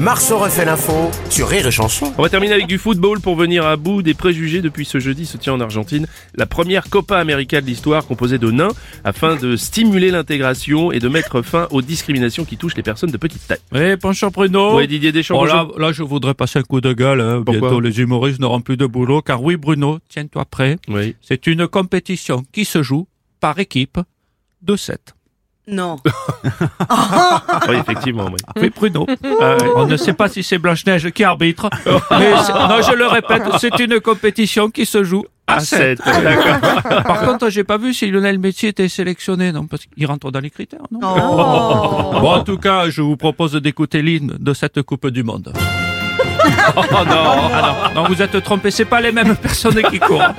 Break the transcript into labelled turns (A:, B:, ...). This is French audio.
A: Marceau refait l'info sur Rire et Chanson.
B: On va terminer avec du football pour venir à bout des préjugés. Depuis ce jeudi se tient en Argentine la première Copa América de l'histoire composée de nains afin de stimuler l'intégration et de mettre fin aux discriminations qui touchent les personnes de petite taille.
C: Eh, bonjour Bruno.
B: Ouais, Didier Deschamps,
C: Oh, là,
B: bonjour.
C: là, je voudrais passer le coup de gueule. hein.
B: Pourquoi
C: Bientôt, les humoristes n'auront plus de boulot. Car oui, Bruno, tiens-toi prêt.
B: Oui.
C: C'est une compétition qui se joue par équipe de 7.
D: Non.
B: Oui, effectivement, oui.
C: Oui, Bruno.
B: Ah, ouais.
C: On ne sait pas si c'est Blanche-Neige qui arbitre. mais c'est- non, je le répète, c'est une compétition qui se joue à
B: À
C: 7.
B: sept, d'accord.
C: Par contre, j'ai pas vu si Lionel Messi était sélectionné, non, parce qu'il rentre dans les critères, non? Bon, en tout cas, je vous propose d'écouter l'hymne de cette Coupe du Monde. Oh non, ah non, non, vous êtes trompé, c'est pas les mêmes personnes qui courent.